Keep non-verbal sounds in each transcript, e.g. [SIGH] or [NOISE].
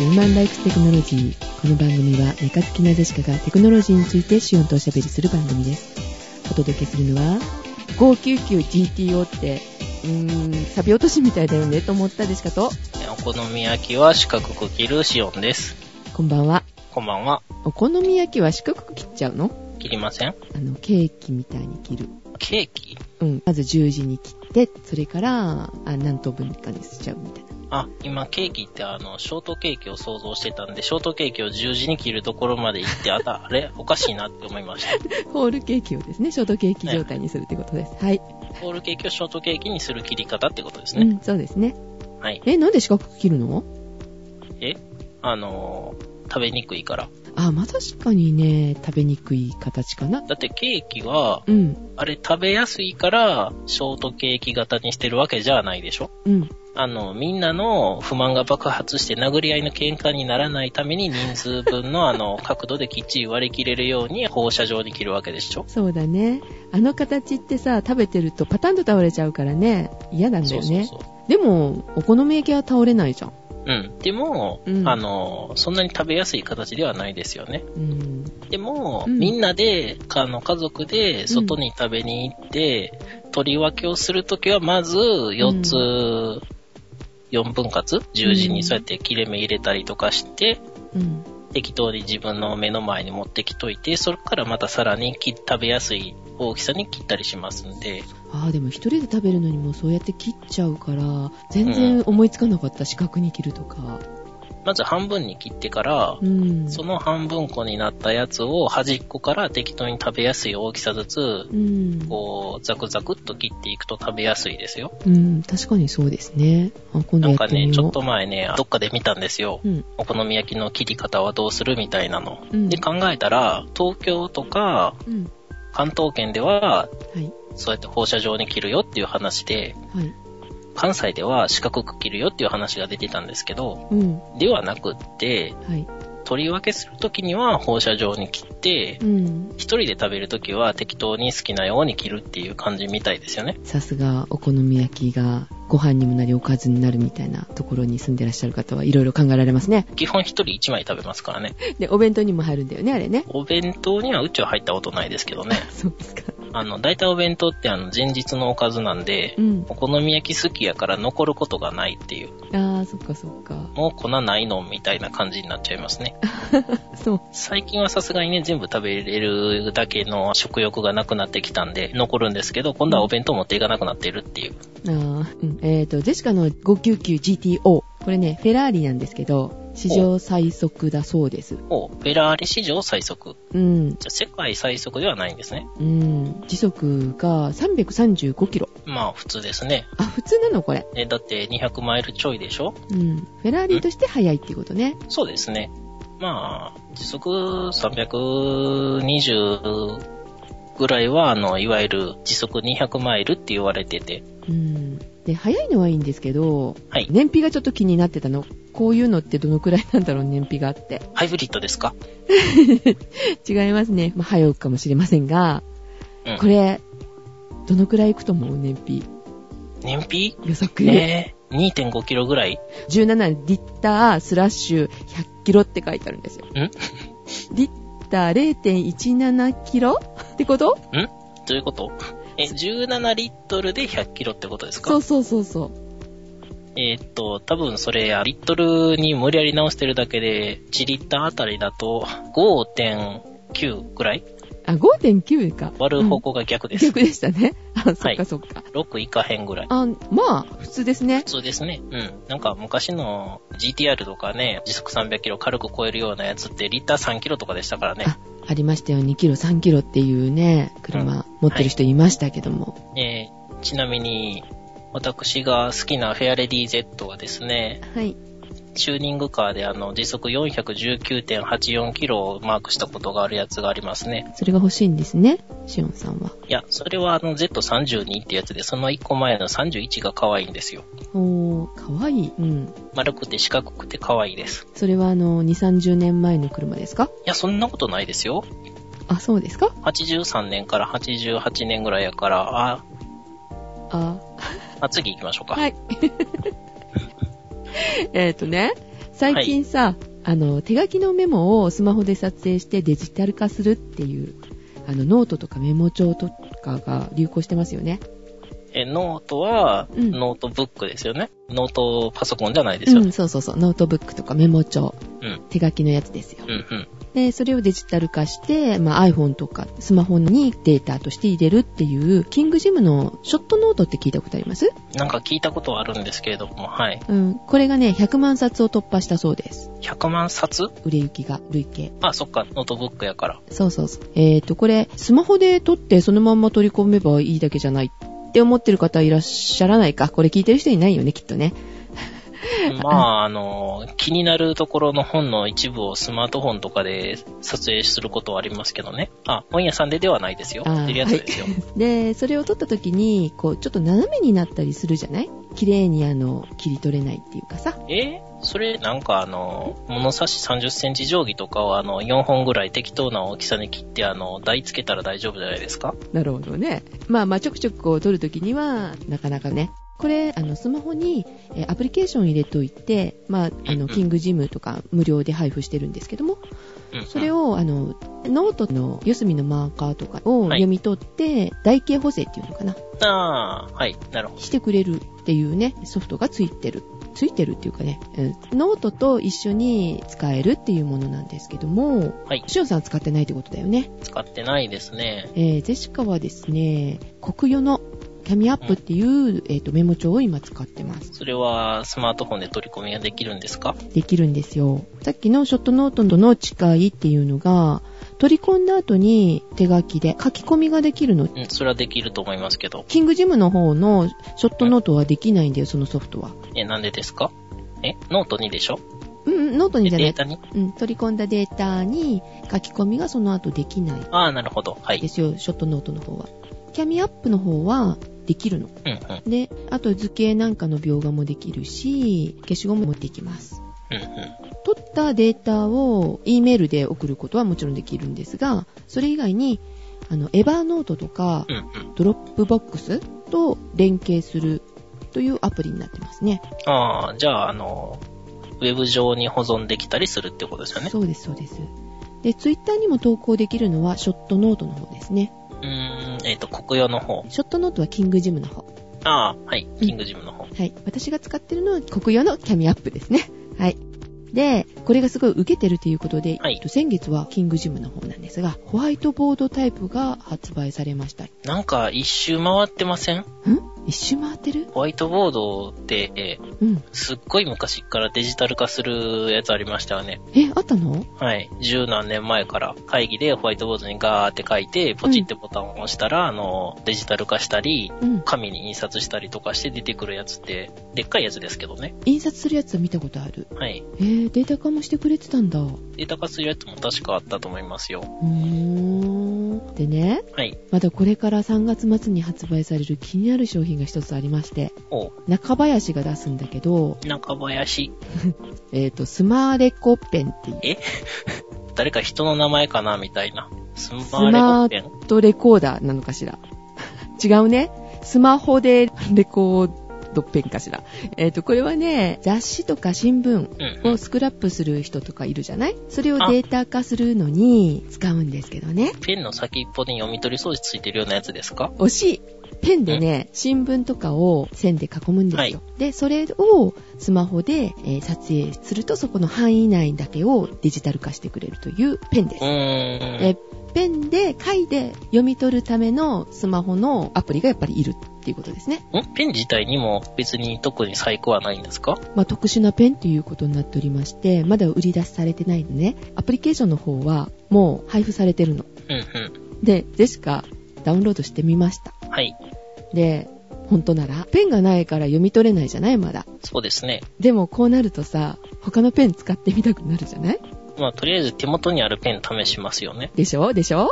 ウーマンライフテクノロジー。この番組はメカ好きなジェシカがテクノロジーについてシオンとおしゃべりする番組です。お届けするのは、599GTO って、うーん、サビ落としみたいだよねと思ったジェシカと、お好み焼きは四角く切るシオンです。こんばんは。こんばんは。お好み焼きは四角く切っちゃうの切りませんあの、ケーキみたいに切る。ケーキうん。まず十字に切って、それから、あ何等分かにしちゃうみたいな。あ、今ケーキってあの、ショートケーキを想像してたんで、ショートケーキを十字に切るところまで行って、あた、あれおかしいなって思いました。 [LAUGHS] ホールケーキをですね、ショートケーキ状態にするってことです。はい。ホールケーキをショートケーキにする切り方ってことですうね。ん、そうですね。はい。え、なんで四角く切るのえあのー食べにくいから。あ、まあ確かにね、食べにくい形かな。だってケーキは、うん、あれ食べやすいから、ショートケーキ型にしてるわけじゃないでしょうん。あの、みんなの不満が爆発して殴り合いの喧嘩にならないために人数分のあの、角度できっちり割り切れるように放射状に切るわけでしょそうだね。あの形ってさ、食べてるとパタンと倒れちゃうからね、嫌なんだよね。そうそうそでも、お好み焼きは倒れないじゃん。う。うん。でも、うんあの、そんなに食べやすい形ではないですよね。うん。でも、うんみんなで、あの、家族で外に食べに行って、取り分けをするときはまず、4つ、4分割十字にそうやって切れ目入れたりとかして、うん。適当に自分の目の前に持ってきといて、それからまたさらに切食べやすい大きさに切ったりしますんで、ああ、でも一人で食べるのにもそうやって切っちゃうから、全然思いつかなかった、四角に切るとか。まず半分に切ってからう、ん。その半分こになったやつを端っこから適当に食べやすい大きさずつ、うん。こう、ザクザクっと切っていくと食べやすいですよ。うん、確かにそうですね。あ、今度なやんっかてみよう。ね、ちょっと前ね、どっかで見たんですよ。うん。お好み焼きの切り方はどうするみたいなの。うん。で、考えたら、東京とかうん。関東圏では、はい。そうやって放射状に切るよっていう話で、はい。関西では四角く切るよっていう話が出てたんですけど、うん。ではなくって、はい。取り分けするときには放射状に切ってう、ん。一人で食べるときは適当に好きなように切るっていう感じみたいですよね。さすがお好み焼きがご飯にもなりおかずになるみたいなところに住んでらっしゃる方はいろいろ考えられますね。基本一人一枚食べますからね。で、お弁当にも入るんだよね、あれね。お弁当には宇宙入ったことないですけどね。 [LAUGHS] そうですか。あの、大体お弁当ってあの、前日のおかずなんでう、ん。お好み焼き好きやから残ることがないっていう、あー、そっかそっか。もう粉ないのみたいな感じになっちゃいますね。そう。最近はさすがにね、全部食べれるだけの食欲がなくなってきたんで、残るんですけど、今度はお弁当持っていかなくなってるっていう。あー、うん。えーと、ジェシカの 599GTO。これね、フェラーリなんですけど、史上最速だそうです。おフェラーリ史上最速。うん。じゃあ、世界最速ではないんですね。うん。時速が335キロ。まあ、普通ですね。あ、普通なのこれ。え、だって200マイルちょいでしょうん。フェラーリとして速いっていうことね。そうですね。まあ、時速320ぐらいは、あの、いわゆる時速200マイルって言われてて。うん。で、速いのはいいんですけど、はい。燃費がちょっと気になってたの。こういうのってどのくらいなんだろう、燃費があって。 [LAUGHS] ハイブリッドですか違いますね。まあ、早くかもしれませんが、うんこれ、どのくらいいくと思う燃費。燃費予測、えー、2.5キロぐらい17リッタースラッシュ100キロって書いてあるんですよ。 [LAUGHS] リッター0.17キロってことどういうことえ、17リットルで100キロってことですかそうそうそうそう。えーっと、多分それ、リットルに無理やり直してるだけで、1リッターあたりだと5.9くらいあ、5.9か。割る方向が逆です。逆でしたね。あ、そっかそっか。 6以下辺ぐらい。あ、まあ、普通ですね。そうですね。うん。なんか昔の GTR とかね、時速300キロ軽く超えるようなやつって、リッター3キロとかでしたからね。あありましたよ。2キロ、3キロっていうね、車持ってる人いましたけども。えーちなみに、私が好きなフェアレディ Z はですね、はい。チューニングカーであの、時速419.84キロをマークしたことがあるやつがありますね。それが欲しいんですね、シオンさんは。いや、それはあの Z32 ってやつで、その1個前の31が可愛いんですよ。おー、かわいい。うん。丸くて四角くて可愛いです。それはあの、2、30年前の車ですかいや、そんなことないですよ。あ、そうですか83年から88年ぐらいやから、あ、あ、あ次行きましょうか。 [LAUGHS] はい。えっとね、最近さ、あの手書きのメモをスマホで撮影してデジタル化するっていうあのノートとかメモ帳とかが流行してますよね。え、ノートは、うんノートブックですよね。ノートパソコンじゃないですようん、ね。そうそうそうノートブックとかメモ帳、うん手書きのやつですよう。ん、うん。でそれをデジタル化して、まあ、iPhone とかスマホにデータとして入れるっていうキングジムのショットノートって聞いたことあります、なんか聞いたことはあるんですけれども、はい。うん、これがね100万冊を突破したそうです100万冊売れ行きが累計あ、そっか、ノートブックやから。そうそうそう。えっ、と、これ、スマホで撮ってそのまんま取り込めばいいだけじゃないって思ってる方いらっしゃらないか。これ聞いてる人いないよね、きっとね。 [LAUGHS] まあ、あの、気になるところの本の一部をスマートフォンとかで撮影することはありますけどね。あ、本屋さんでではないですよ。あー売ってるやつですよ。で、それを撮った時に、こう、ちょっと斜めになったりするじゃない綺麗にあの、切り取れないっていうかさ。 [LAUGHS] えそれ、なんかあの、物差し30センチ定規とかをあの、4本ぐらい適当な大きさに切って、あの、台つけたら大丈夫じゃないですかなるほどね。まあまあ、ちょくちょくこう撮る時には、なかなかね。これ、あの、スマホに、えーアプリケーション入れといて、まあ、あうんうの、んキングジムとか無料で配布してるんですけども、うん、うん。それをあのノートの四隅のマーカーとかをはい読み取って、台形補正っていうのかなああ、はい、なるほど。してくれるっていうねソフトがついてるついてるっていうかね、うん、ノートと一緒に使えるっていうものなんですけどもはい、しおんさん使ってないってことだよね、使ってないですね。えー、ジェシカはですね国与のキャミアップっていう、えー、とメモ帳を今使ってますそれは、スマートフォンで取り込みができるんですかできるんですよさっきのショットノートの誓いっていうのが取り込んだ後に手書きで書き込みができるのうん、それはできると思いますけど。キングジムの方のショットノートはできないんだよ、そのソフトは。え、なんでですかえ、ノートにでしょうんうん、ノートにでじゃなデーい。タにうん、取り込んだデータに書き込みがその後できないああ、なるほど。はでい。すよ、ショットノートの方は。キャミアップの方はできるの。うん、うん、で、あと図形なんかの描画もできるし、消しゴムも持っていきます。うん、うん。取ったデータを E メールで送ることはもちろんできるんですが、それ以外に、あの、エバーノートとか、うん、うん。ドロップボックスと連携するというアプリになってますね。ああ、じゃあ、あの、ウェブ上に保存できたりするってことですよね。そうです、そうです。で、ツイッターにも投稿できるのは、ショットノートの方ですね。うーん、えっ、と、国用の方。ショットノートはキングジムの方。ああ、はい。キングジムの方。はい。私が使ってるのは、国用のキャミアップですね。はい。で、これがすごい受けてるということで、はいえっと先月はキングジムの方なんですが、ホワイトボードタイプが発売されました。んなんか、一周回ってません一周回ってるホワイトボードって、えーうん。すっごい昔からデジタル化するやつありましたよね。え、あったのはい。十何年前から会議でホワイトボードにガーって書いて、ポチってボタンを押したら、あの、デジタル化したり、うん。紙に印刷したりとかして出てくるやつって、でっかいやつですけどね。印刷するやつは見たことある。はい。えー、データ化もしてくれてたんだ。うデータ化するやつも確かあったと思いますよ。ーん。でね、はい。まだこれから3月末に発売される気になる商品が一つありまして、お、中林が出すんだけど、中林。えっ、と、スマーレコペンっていう、 [LAUGHS] 誰か人の名前かなみたいな。スマーレコペンネットレコーダーなのかしら。 [LAUGHS] 違うね。スマホでレコードペンかしら。えっ、と、これはね、雑誌とか新聞うんうんを。スクラップする人とかいるじゃないそれをデータ化するのに使うんですけどね。ペンの先っぽに読み取り装置ついてるようなやつですか惜しいペンでね、新聞とかを線で囲むんですよ。はいで、それをスマホで、えー撮影すると、そこの範囲内だけをデジタル化してくれるというペンですう。ーえん。ペンで書いて読み取るためのスマホのアプリがやっぱりいるっていうことですね。んペン自体にも別に特に細工はないんですかまあ、特殊なペンということになっておりまして、まだ売り出しされてないんでね、アプリケーションの方はもう配布されてるの。うんうで、ジェシカダウンロードしてみました。ん。はい。で、本当なら、ペンがないから読み取れないじゃないまだ。そうですね。でもこうなるとさ、他のペン使ってみたくなるじゃないまあ、とりあえず手元にあるペン試しますよ [LAUGHS] ね。でしょでしょは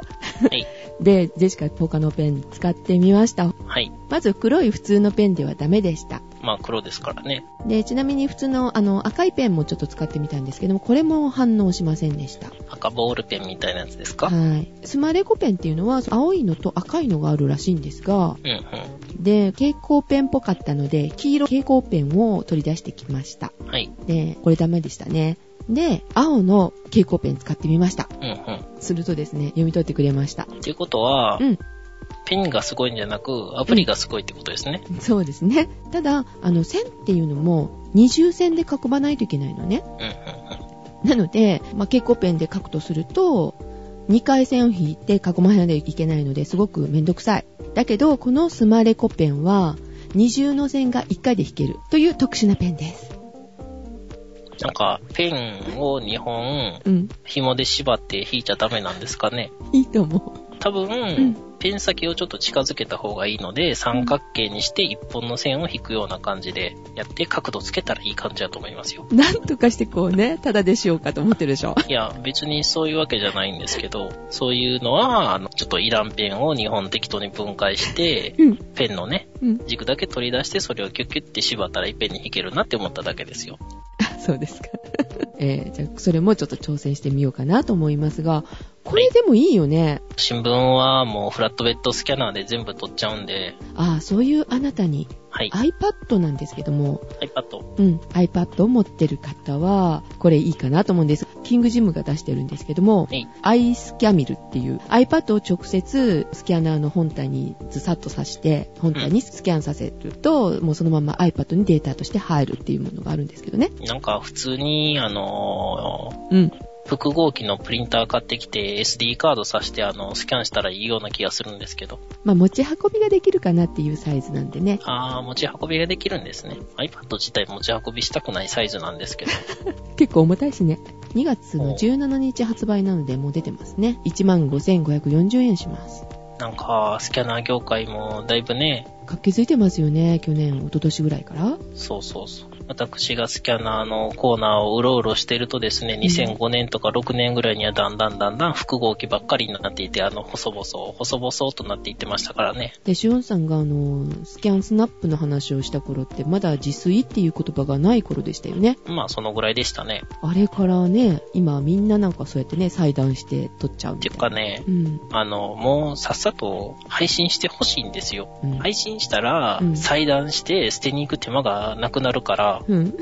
い。で、ジェシカ他のペン使ってみました。はい。まず黒い普通のペンではダメでした。まあ、黒ですからね。で、ちなみに普通のあの赤いペンもちょっと使ってみたんですけども、これも反応しませんでした。赤ボールペンみたいなやつですかはい。スマレコペンっていうのは、青いのと赤いのがあるらしいんですが、うんうん。で、蛍光ペンっぽかったので、黄色蛍光ペンを取り出してきました。はい。で、これダメでしたね。で、青の蛍光ペン使ってみました。うんうするとですね、読み取ってくれました。ん。っていうことは、うん。ペンがすごいんじゃなく、アプリがすごいってことですね。そうですね。ただ、あの、線っていうのも二重線で囲まないといけないのね。うんうんうん。なので、まあ、蛍光ペンで書くとすると、2回線を引いて囲まないといけないのですごくめんどくさい。だけど、このスマレコペンは、二重の線が1回で引けるという特殊なペンです。なんか、ペンを2本、うん。紐で縛って引いちゃダメなんですかね。いいと思多ん分、ペン先をちょっと近づけた方がいいので、三角形にして1本の線を引くような感じでやって、角度つけたらいい感じだと思いますよ。う。なんとかしてこうね、ただでしようかと思ってるでしょ。いや、別にそういうわけじゃないんですけど、そういうのは、あの、ちょっとイランペンを2本適当に分解して、うん。ペンのね、うん。軸だけ取り出して、それをキュッキュッて縛ったらいっぺんに弾けるなって思っただけですよ。あそうですか。 [LAUGHS] えーじゃあ、それもちょっと挑戦してみようかなと思いますが、これでもいいよね。新聞はもうフラットベッドスキャナーで全部取っちゃうんで、ああ、そういうあなたに、はい、 iPad なんですけども、 iPad。うん、iPad を持ってる方は、これいいかなと思うんです。キングジムが出してるんですけどもは、い、 iScamil っていう iPad を直接スキャナーの本体にズサッと挿して、本体にスキャンさせると、もうそのまま iPad にデータとして入るっていうものがあるんですけどね。なんか普通に、あのーうん。複合機のプリンター買ってきて SD カード挿してあのスキャンしたらいいような気がするんですけど。まあ持ち運びができるかなっていうサイズなんでね。あー、持ち運びができるんですね。iPad 自体持ち運びしたくないサイズなんですけど。結構重たいしね。2月の17日発売なのでもう出てますね。15,540円します。なんか、スキャナー業界もだいぶね、活気づいてますよね。去年、一昨年ぐらいから。そうそうそう。私がスキャナーのコーナーをうろうろしてるとですね、2005年とか6年ぐらいにはだんだんだんだん複合機ばっかりになっていて、あの、細々、細々となっていってましたからね。で、シオンさんがあの、スキャンスナップの話をした頃って、まだ自炊っていう言葉がない頃でしたよね。まあ、そのぐらいでしたね。あれからね、今みんななんかそうやってね、裁断して撮っちゃうっみてたいいうな。かね、うん。あの、もうさっさと配信してほしいんですよ。うん。配信したらう、ん裁断して捨てに行く手間がなくなるから、うん。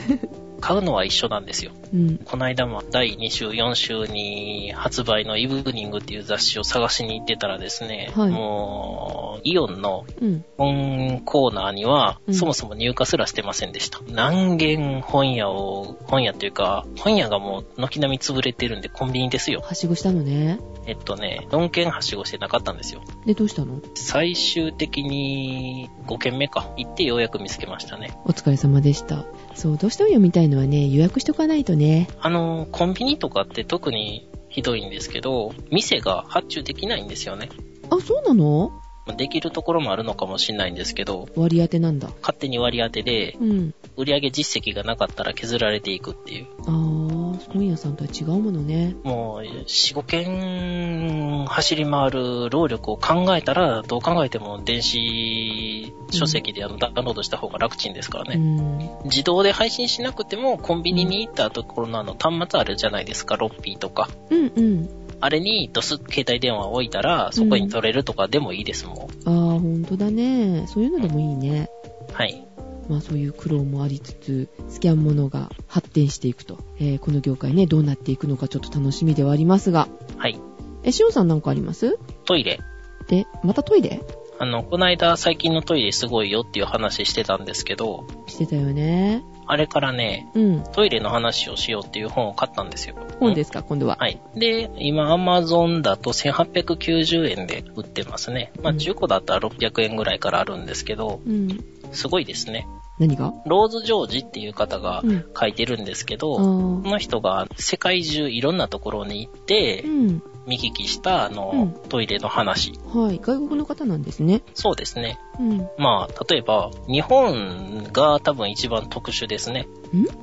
買うのは一緒なんですよ。うん。この間も第2週、4週に発売のイブニングっていう雑誌を探しに行ってたらですね、はいもう、イオンのうん。本コーナーにはう、んそもそも入荷すらしてませんでした。何軒本屋を、本屋というか、本屋がもう軒並み潰れてるんでコンビニですよ。はしごしたのね。えっとね、4軒はしごしてなかったんですよ。で、どうしたの最終的に5軒目か、行ってようやく見つけましたね。お疲れ様でした。そう、どうしても読みたいのはね、予約しとかないとね。あの、コンビニとかって特にひどいんですけど、店が発注できないんですよね。あ、そうなのまあできるところもあるのかもしれないんですけど、割り当てなんだ。勝手に割り当てで、うん。売上実績がなかったら削られていくっていう。あー、本屋さんとは違うものね。もう、4、5件走り回る労力を考えたら、どう考えても電子書籍であのダウンロードした方が楽ちんですからうね。ん。自動で配信しなくても、コンビニに行ったところのあの端末あるじゃないですか、ロッピーとか。うんうん。あれにドスッ携帯電話を置いたら、そこに取れるとかでもいいですもん。ああ、ほんとだね。そういうのでもいいね。はい。まあそういう苦労もありつつ、スキャンものが発展していくと。えーこの業界ね、どうなっていくのかちょっと楽しみではありますが。はい。え、しおんさんなんかありますトイレ。で、またトイレあの、こないだ最近のトイレすごいよっていう話してたんですけど、してたよね。あれからね、うん。トイレの話をしようっていう本を買ったんですよ。本ですか、今度は。はい。で、今 Amazon だと1890円で売ってますね。まあうん10個だったら600円ぐらいからあるんですけど、うん。すごいですね。何がローズ・ジョージっていう方がうん。書いてるんですけあど、こーの人が世界中いろんなところに行ってう、ん。見聞きしたあの、トイレの話。はい。外国の方なんですね。そうですね。うん。んまあ、例えば、日本が多分一番特殊ですね。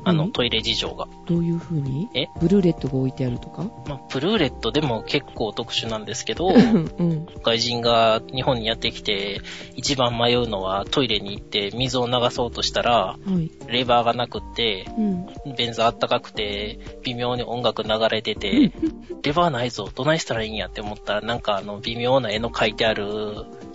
あの、トイレ事情が。どういう風にえブルーレットが置いてあるとかまあ、ブルーレットでも結構特殊なんですけど、うん。外人が日本にやってきて、一番迷うのはトイレに行って水を流そうとしたら、はい。レバーがなくって、うん。便座あったかくて、微妙に音楽流れてて、レバーないぞ、どないしたらいいんやって思ったら、なんかあの、微妙な絵の描いてある、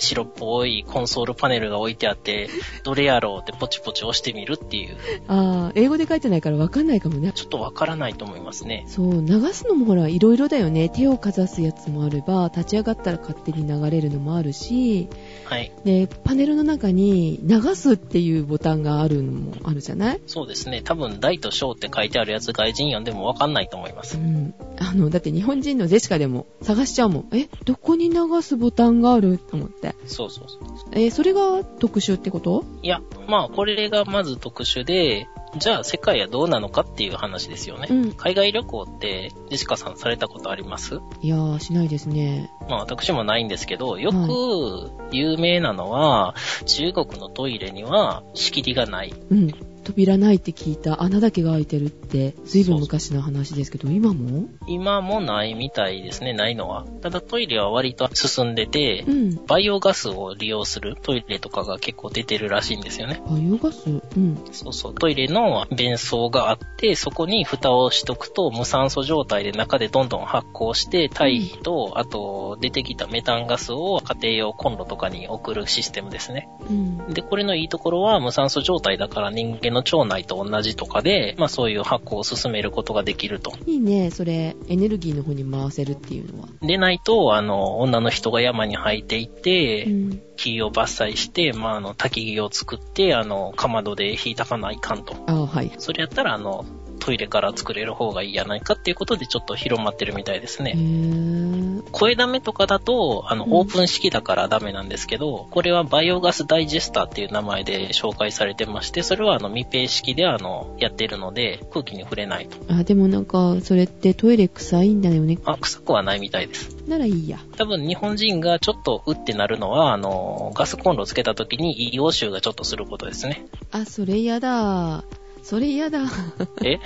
白っぽいコンソールパネルが置いてあって、どれやろうってポチポチ押してみるっていう、ああ、英語で書いてないから分かんないかもね。ちょっとわからないと思いますね。そう、流すのもほら、いろいろだよね。手をかざすやつもあれば、立ち上がったら勝手に流れるのもあるし、はい。で、パネルの中に流すっていうボタンがあるのもあるじゃないそうですね。多分、大と小って書いてあるやつ外人読んでもわかんないと思いまうす。ん。あの、だって日本人のジェシカでも探しちゃうもん。え、どこに流すボタンがあると思って。そうそうそう。えーそれが特殊ってこといや、まあ、これがまず特殊で、じゃあ世界はどうなのかっていう話ですよね。うん海外旅行って、ジェシカさんされたことありますいやー、しないですね。まあ私もないんですけど、よく有名なのは、中国のトイレには仕切りがない。うん。扉ないって聞いた穴だけが開いてるって、ずいぶん昔の話ですけど、今も今もないみたいですね、ないのは。ただトイレは割と進んでてう、ん。バイオガスを利用するトイレとかが結構出てるらしいんですよね。バイオガスうん。そうそう。トイレの便装があって、そこに蓋をしとくと無酸素状態で中でどんどん発酵して、堆肥と、あと出てきたメタンガスを家庭用コンロとかに送るシステムですね。うん。で、これのいいところは無酸素状態だから人間の腸内と同じとかで、まあそういう発酵を進めることができると。いいね、それ、エネルギーの方に回せるっていうのは。でないと、あの、女の人が山に入っていって、うん。木を伐採して、まああの、焚き木を作って、あの、かまどで引いたかないかんと。ああ、はい。それやったら、あの、トイレから作れる方がいいやないかっていうことでちょっと広まってるみたいですへね。ー。声ダメとかだと、あの、うんオープン式だからダメなんですけど、これはバイオガスダイジェスターっていう名前で紹介されてまして、それはあの、密閉式であの、やってるので、空気に触れないと。あ、でもなんか、それってトイレ臭いんだよね。あ、臭くはないみたいです。ならいいや。多分日本人がちょっとうってなるのは、あの、ガスコンロつけた時に硫黄臭がちょっとすることですね。あ、それ嫌だ。それ嫌だ。 [LAUGHS] え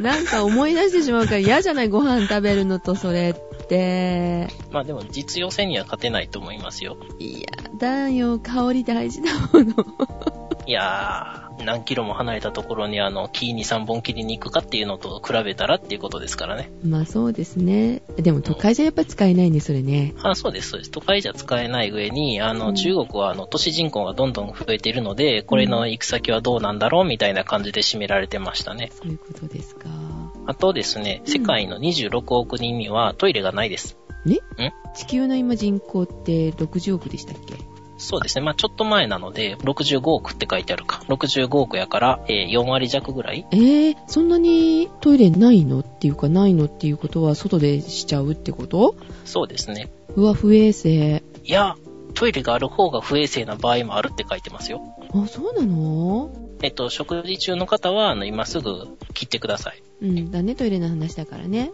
なんか思い出してしまうから嫌じゃないご飯食べるのとそれって。まあでも実用性には勝てないと思いますよ。嫌だよ。香り大事だもの。 [LAUGHS] いやー、何キロも離れたところにあの、木に3本切りに行くかっていうのと比べたらっていうことですからね。まあそうですね。でも都会じゃやっぱ使えないね、それね。あそうです、そうです。都会じゃ使えない上に、あうの、ん中国はあの、都市人口がどんどん増えているので、これの行く先はどうなんだろうみたいな感じで占められてましたね。そういうことですか。あとですね、世界の26億人にはトイレがないです。ねん地球の今人口って60億でしたっけそうですね。まあちょっと前なので、65億って書いてあるか。65億やから、えー4割弱ぐらいえー、そんなにトイレないのっていうかないのっていうことは外でしちゃうってことそうですね。うわ、不衛生。いや、トイレがある方が不衛生な場合もあるって書いてますよ。あ、そうなのえっと、食事中の方は、あの、今すぐ切ってください。うん、だね、トイレの話だからね。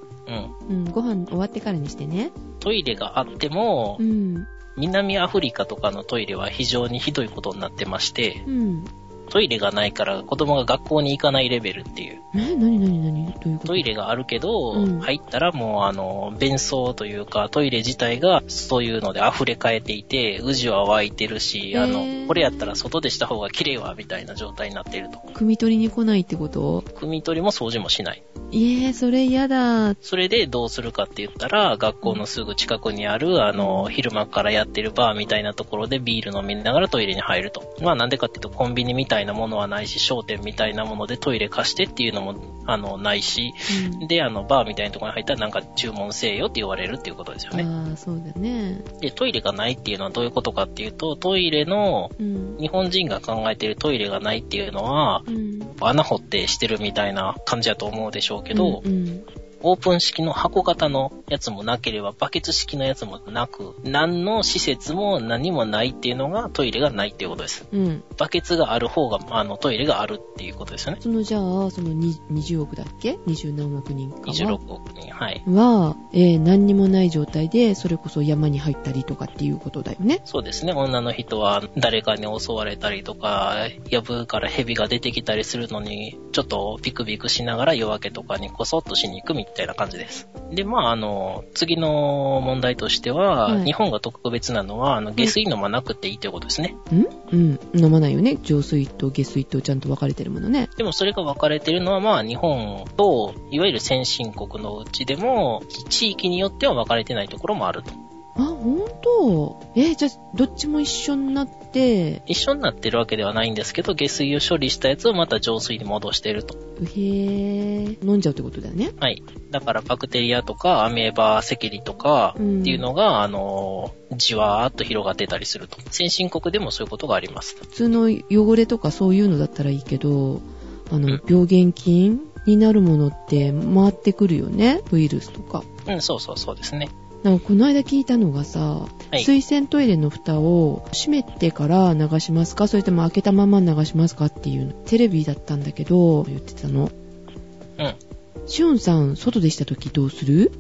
うん。うん、ご飯終わってからにしてね。トイレがあってもう、ん、南アフリカとかのトイレは非常にひどいことになってまして、うん。トイレがないから子供が学校に行かないレベルっていう。え、なになになにどういうことトイレがあるけど、うん入ったらもうあの、便装というか、トイレ自体がそういうので溢れ返っていて、うじは湧いてるし、へあーの、これやったら外でした方が綺麗わ、みたいな状態になっていると。汲み取りに来ないってこと汲み取りも掃除もしない。いえ、それ嫌だ。それでどうするかって言ったら、学校のすぐ近くにある、あの、昼間からやってるバーみたいなところでビール飲みながらトイレに入ると。まあなんでかっていうと、コンビニみたいなものはないし、商店みたいなものでトイレ貸してっていうのも、あの、ないし、うんで、あの、バーみたいなところに入ったらなんか注文せえよって言われるっていうことですよね。ああ、そうだね。で、トイレがないっていうのはどういうことかっていうと、トイレの、うん。日本人が考えてるトイレがないっていうのは、うん。穴掘ってしてるみたいな感じやと思うでしょうけど、うん、オープン式の箱型のやつもなければ、バケツ式のやつもなく、何の施設も何もないっていうのがトイレがないっていうことです。うん。うん。バケツがある方が、あの、トイレがあるっていうことですよね。その、じゃあ、そのに20億だっけ ?20 何億人かは。 26億人。はい。は、えー何にもない状態で、それこそ山に入ったりとかっていうことだよね。そうですね。女の人は誰かに襲われたりとか、やぶから蛇が出てきたりするのに、ちょっとビクビクしながら夜明けとかにこそっとしに行くみたいな感じです。で、まあ、あの、次の問題としては、はい日本が特別なのは、あの、下水飲まなくていいということですね。んうん。飲まないよね。浄水と下水とちゃんと分かれてるものね。でもそれが分かれてるのは、まあ、日本と、いわゆる先進国のうちでも、地域によっては分かれてないところもあると。あ、ほんとえ、じゃあ、どっちも一緒になって、一緒になってるわけではないんですけど、下水を処理したやつをまた浄水に戻してると。うへー、飲んじゃうってことだよね。はい。だからバクテリアとかアメーバ、セキリとかってうんいうのが、あのー、じわーっと広がってたりすると。先進国でもそういうことがあります。普通の汚れとかそういうのだったらいいけど、あうのん、病原菌になるものって回ってくるよね。ウイルスとか。うん、そうそうそうですね。なんかこの間聞いたのがさ、はい水洗トイレの蓋を閉めてから流しますかそれとも開けたまま流しますかっていうのテレビだったんだけど言ってたのうんしおんさん外でした時どうする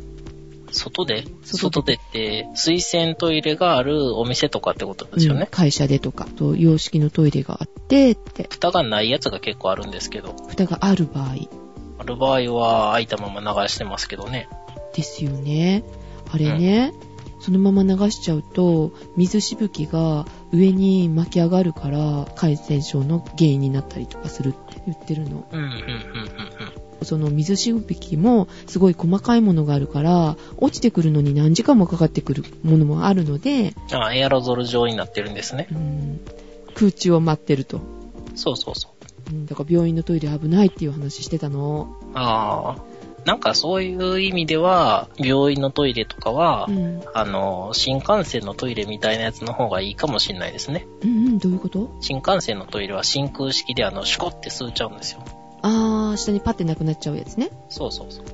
外で外外でって、水洗トイレがあるお店とかってことですようんね。会社でとかそう洋式のトイレがあってって蓋がないやつが結構あるんですけど、蓋がある場合ある場合は開いたまま流してますけどね。ですよねあれね、そのまま流しちゃうと水しぶきが上に巻き上がるから感染症の原因になったりとかするって言ってるのうん、うん、うん、うんその水しぶきもすごい細かいものがあるから落ちてくるのに何時間もかかってくるものもあるので、うん。あ、エアロゾル状になってるんですね。うん、空中を待ってると、そうそうそうう。ん、だから病院のトイレ危ないっていう話してたの、ああ。なんかそういう意味では、病院のトイレとかは、うん、うんあの、新幹線のトイレみたいなやつの方がいいかもしれないですね。うんどういうこと新幹線のトイレは真空式であの、シュコって吸っちゃうんですよ。あー下にパッてなくなっちゃうやつねそうそうそう。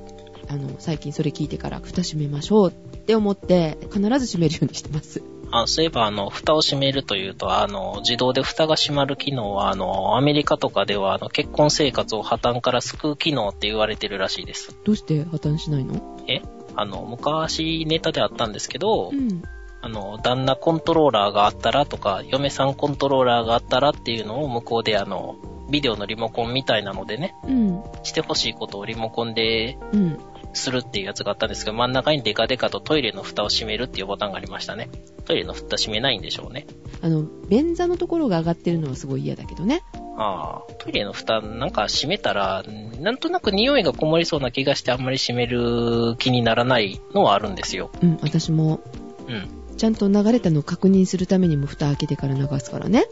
あの最近それ聞いてから蓋閉めましょうって思って必ず閉めるようにしてますあそういえば、あの、蓋を閉めるというと、あの、自動で蓋が閉まる機能は、あの、アメリカとかでは、あの、結婚生活を破綻から救う機能って言われてるらしいです。どうして破綻しないのえあの、昔ネタであったんですけど、うんあの、旦那コントローラーがあったらとか、嫁さんコントローラーがあったらっていうのを向こうであの、ビデオのリモコンみたいなのでね、うんしてほしいことをリモコンでうんするっていうやつがあったんですけど、真ん中にデカデカとトイレの蓋を閉めるっていうボタンがありましたね。トイレの蓋閉めないんでしょうね。あの便座のところが上がってるのはすごい嫌だけどねああ、トイレの蓋なんか閉めたら、なんとなく匂いがこもりそうな気がしてあんまり閉める気にならないのはあるんですよ。うん私もうん。うんちゃんと流れたのを確認するためにも蓋開けてから流すからね。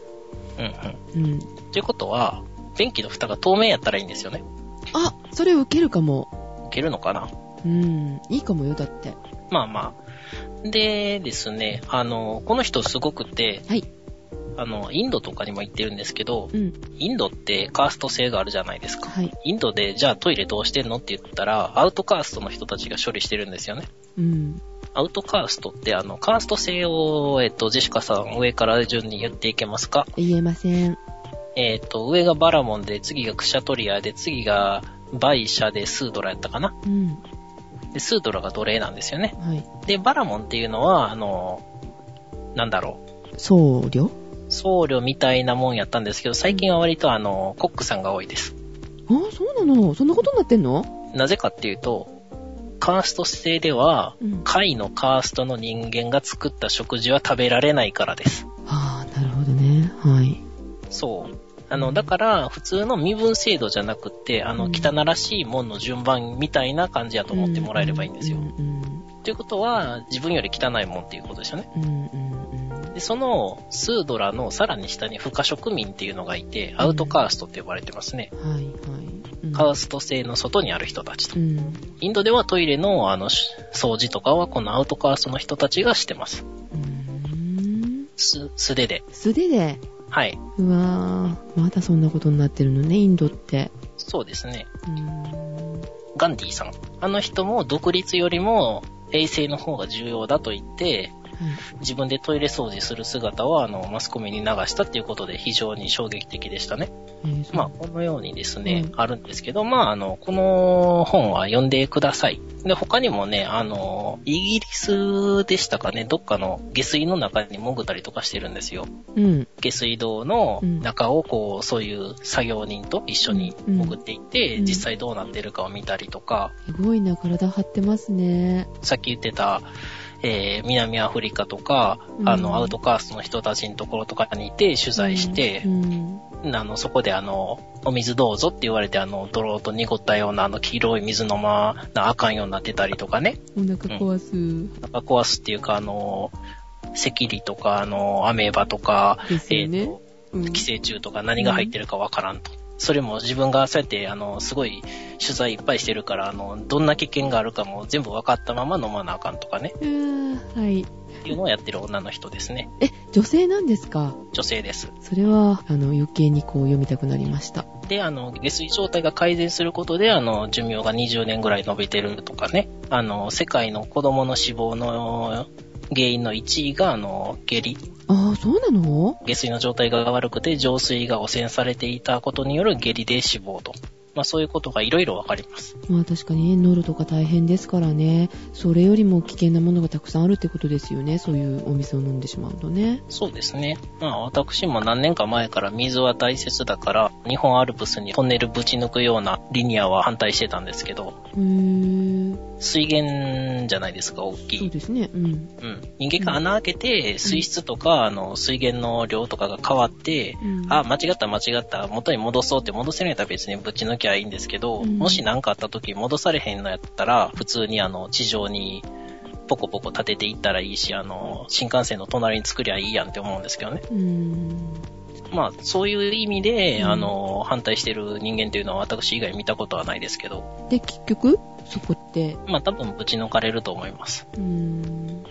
うん。うん。ということは、便器の蓋が透明やったらいいんですよね。あ、それ受けるかも。いけるのかなうん。いいかもよ、だって。まあまあ。でですね、あの、この人すごくて、はい。あの、インドとかにも行ってるんですけど、うん。インドってカースト制があるじゃないですか。はい。インドで、じゃあトイレどうしてんのって言ったら、アウトカーストの人たちが処理してるんですよね。うん。アウトカーストって、あの、カースト制を、えっと、ジェシカさん、上から順に言っていけますか言えません。えっと、上がバラモンで、次がクシャトリアで、次がバイシャで、スードラやったかなうん。で、スードラが奴隷なんですよね。はい。で、バラモンっていうのは、あの、なんだろう。僧侶僧侶みたいなもんやったんですけど、最近は割とあの、コックさんが多いです。あ、そうなのそんなことになってんのなぜかっていうと、カースト制では、うん。あ下位のカーストの人間が作った食事は食べられないからです。あ、なるほどね。はい。そう。あの、だから、普通の身分制度じゃなくって、あうの、ん汚らしいもんの順番みたいな感じやと思ってもらえればいいんですよう。ん。ということは、自分より汚いもんっていうことですよね。うん。うん。うん。うんで、その、スードラのさらに下に不可植民っていうのがいて、アウトカーストって呼ばれてますね。はい。はい。うんカースト制の外にある人たちとう。ん。インドではトイレの、あの、し掃除とかはこのアウトカーストの人たちがしてます。うん。す、素手で。素手で。はい。うわーまだそんなことになってるのね、インドって。そうですね。うん。ガンディさん。あの人も独立よりも衛生の方が重要だと言って、はい自分でトイレ掃除する姿は、あの、マスコミに流したっていうことで非常に衝撃的でしたね。えーそうまあ、このようにですね、うあるんですけど、まあ、あの、この本は読んでください。で、他にもね、あの、イギリスでしたかね、どっかの下水の中に潜ったりとかしてるんですよ。うん。下水道の中をこう、そういう作業人と一緒に潜っていって、うん実際どうなってるかを見たりとか、すごいな、体張ってますね。さっき言ってた、えー南アフリカとか、うんあの、アウトカーストの人たちのところとかにいて取材して、うん。あの、そこであの、お水どうぞって言われて、あの、ドローと濁ったような、あの、黄色い水のまま、あかんようになってたりとかね。お腹壊す。なんか壊すっていうか、あの、赤痢とか、あの、アメーバとか、ですよねえーと、うん寄生虫とか何が入ってるかわからんと。それも自分がそうやって、あの、すごい取材いっぱいしてるから、あの、どんな危険があるかも全部分かったまま飲まなあかんとかね。うーはい。っていうのをやってる女の人ですね。え、女性なんですか女性です。それは、あの、余計にこう読みたくなりました。で、あの、下水状態が改善することで、あの、寿命が20年ぐらい伸びてるとかね。あの、世界の子供の死亡の原因の1位が、あの、下痢。ああ、そうなの下水の状態が悪くて、浄水が汚染されていたことによる下痢で死亡と。まあ、そういうことがいろいろわかります。まあ確かにね、ノルとか大変ですからね、それよりも危険なものがたくさんあるってことですよね、そういうお水を飲んでしまうとね。そうですね。まあ私も何年か前から水は大切だから、日本アルプスにトンネルぶち抜くようなリニアは反対してたんですけど、へー、水源じゃないですか、大きそうい。ですね、うん。うん。人間が穴開けて、水質とか、あの、水源の量とかが変わって、うんあ、間違った間違った、元に戻そうって戻せるんやったら別にぶち抜きゃいいんですけど、うんもし何かあった時戻されへんのやったら、普通にあの、地上に、ポコポコ立てていったらいいし、あの、新幹線の隣に作りゃいいやんって思うんですけどね。うん。まあ、そういう意味で、うんあの、反対してる人間というのは私以外見たことはないですけど、で、結局、そこって、まあ多分ぶち抜かれると思います。うん。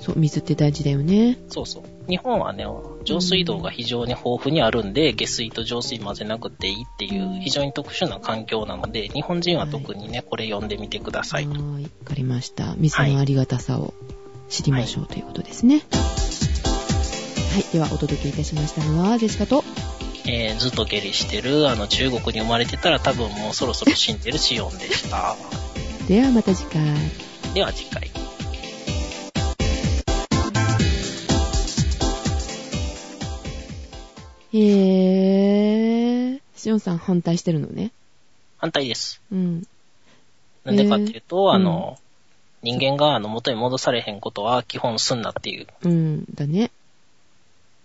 そう、水って大事だよね。そうそう。日本はね、上水道が非常に豊富にあるんで、下水と上水混ぜなくていいっていう非常に特殊な環境なので、日本人は特にね、これ読んでみてください。ーい。わかりました。水のありがたさを知りましょうということですね。はい、ではお届けいたしましたのは、ジェシカと、えーずっと下痢してる、あの、中国に生まれてたら多分もうそろそろ死んでるシオンで [LAUGHS] した。ではまた次回。では次回。へー。しおんさん反対してるのね。反対です。うん。なんでかっていうと、えーあの、人間があの元に戻されへんことは基本すんなっていう。うん。だね。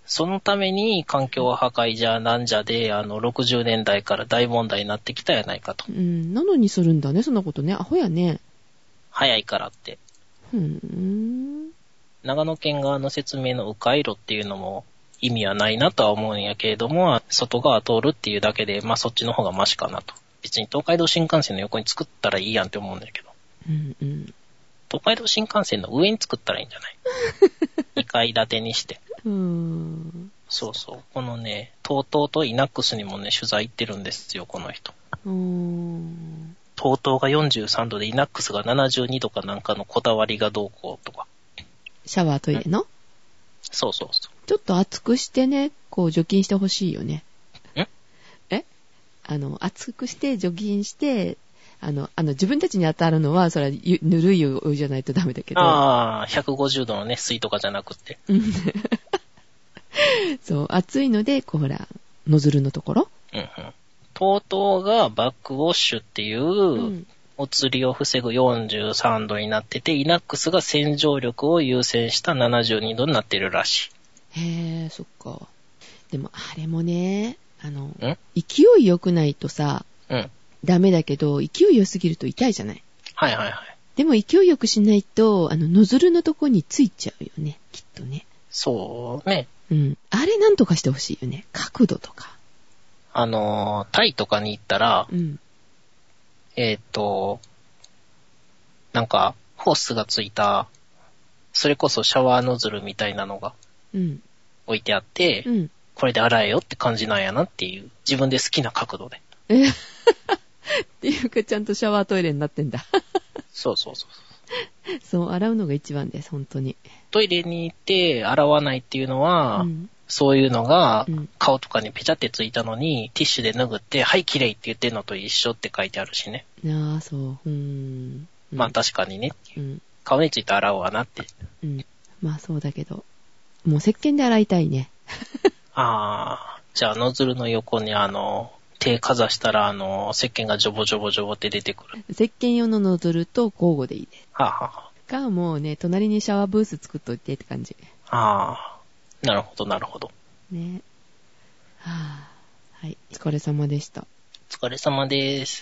そのために環境破壊じゃなんじゃで、あの、60年代から大問題になってきたやないかとう。ん。なのにするんだね、そんなことね。アホやね。早いからって。ふーん。長野県側の説明の迂回路っていうのも意味はないなとは思うんやけれども、外側通るっていうだけで、まあそっちの方がマシかなと。別に東海道新幹線の横に作ったらいいやんって思うんだけど。うんうん。東海道新幹線の上に作ったらいいんじゃない ?2 階建てにして。うーん。そうそう。このね、TOTO とイナックスにもね、取材行ってるんですよ、この人。うーん。 TOTO が43度でイナックスが72度かなんかのこだわりがどうこうとか。シャワートイレのそうそうそちょっと熱くしてね、こう除菌してほしいよね。んえあの、熱くして除菌して、あの、あの、自分たちに当たるのは、それはゆぬるいお湯じゃないとダメだけう。ど。ああ、150度のね、水とかじゃなくて。そう、熱いので、こうほら、ノズルのところ。うんうん。TOTO がバックウォッシュっていう、うん。お釣りを防ぐ43度になってて、イナックスが洗浄力を優先した72度になってるらしへえ、そっか。でも、あれもね、あの、い。ん勢い良くないとさ、うん。ダメだけど、勢い良すぎると痛いじゃない。はいはいはい。でも、勢い良くしないと、あの、ノズルのとこについちゃうよね、きっとね。そうね。うん。あれなんとかしてほしいよね。角度とか。あのー、タイとかに行ったら、うん。えーっ、と、なんか、ホースがついた、それこそシャワーノズルみたいなのがうん。置いてあって、うん。これで洗えよって感じなんやなっていう、自分で好きな角度で。えっていうか、ちゃんとシャワートイレになってんだ。そうそうそう。 [LAUGHS] そう、洗うのが一番です、本当に。トイレに行って洗わないっていうのは、うん。そういうのがうん顔とかにペチャってついたのに、ティッシュで拭って、はい、綺麗って言ってんのと一緒って書いてあるしね。ああ、そう。うーん。まあ確かにね、うん。顔について洗おうわなって。うん。まあそうだけど。もう石鹸で洗いたいね。あー、じゃあノズルの横にあの、手かざしたらあの、石鹸がジョボジョボジョボって出てくる。石鹸用のノズルと交互でいいです。はあ、はあはか、もうね、隣にシャワーブース作っといてって感じ。あ、あー、なるほどなるほど。ね。はぁ、はい。お疲れ様でした。お疲れ様です。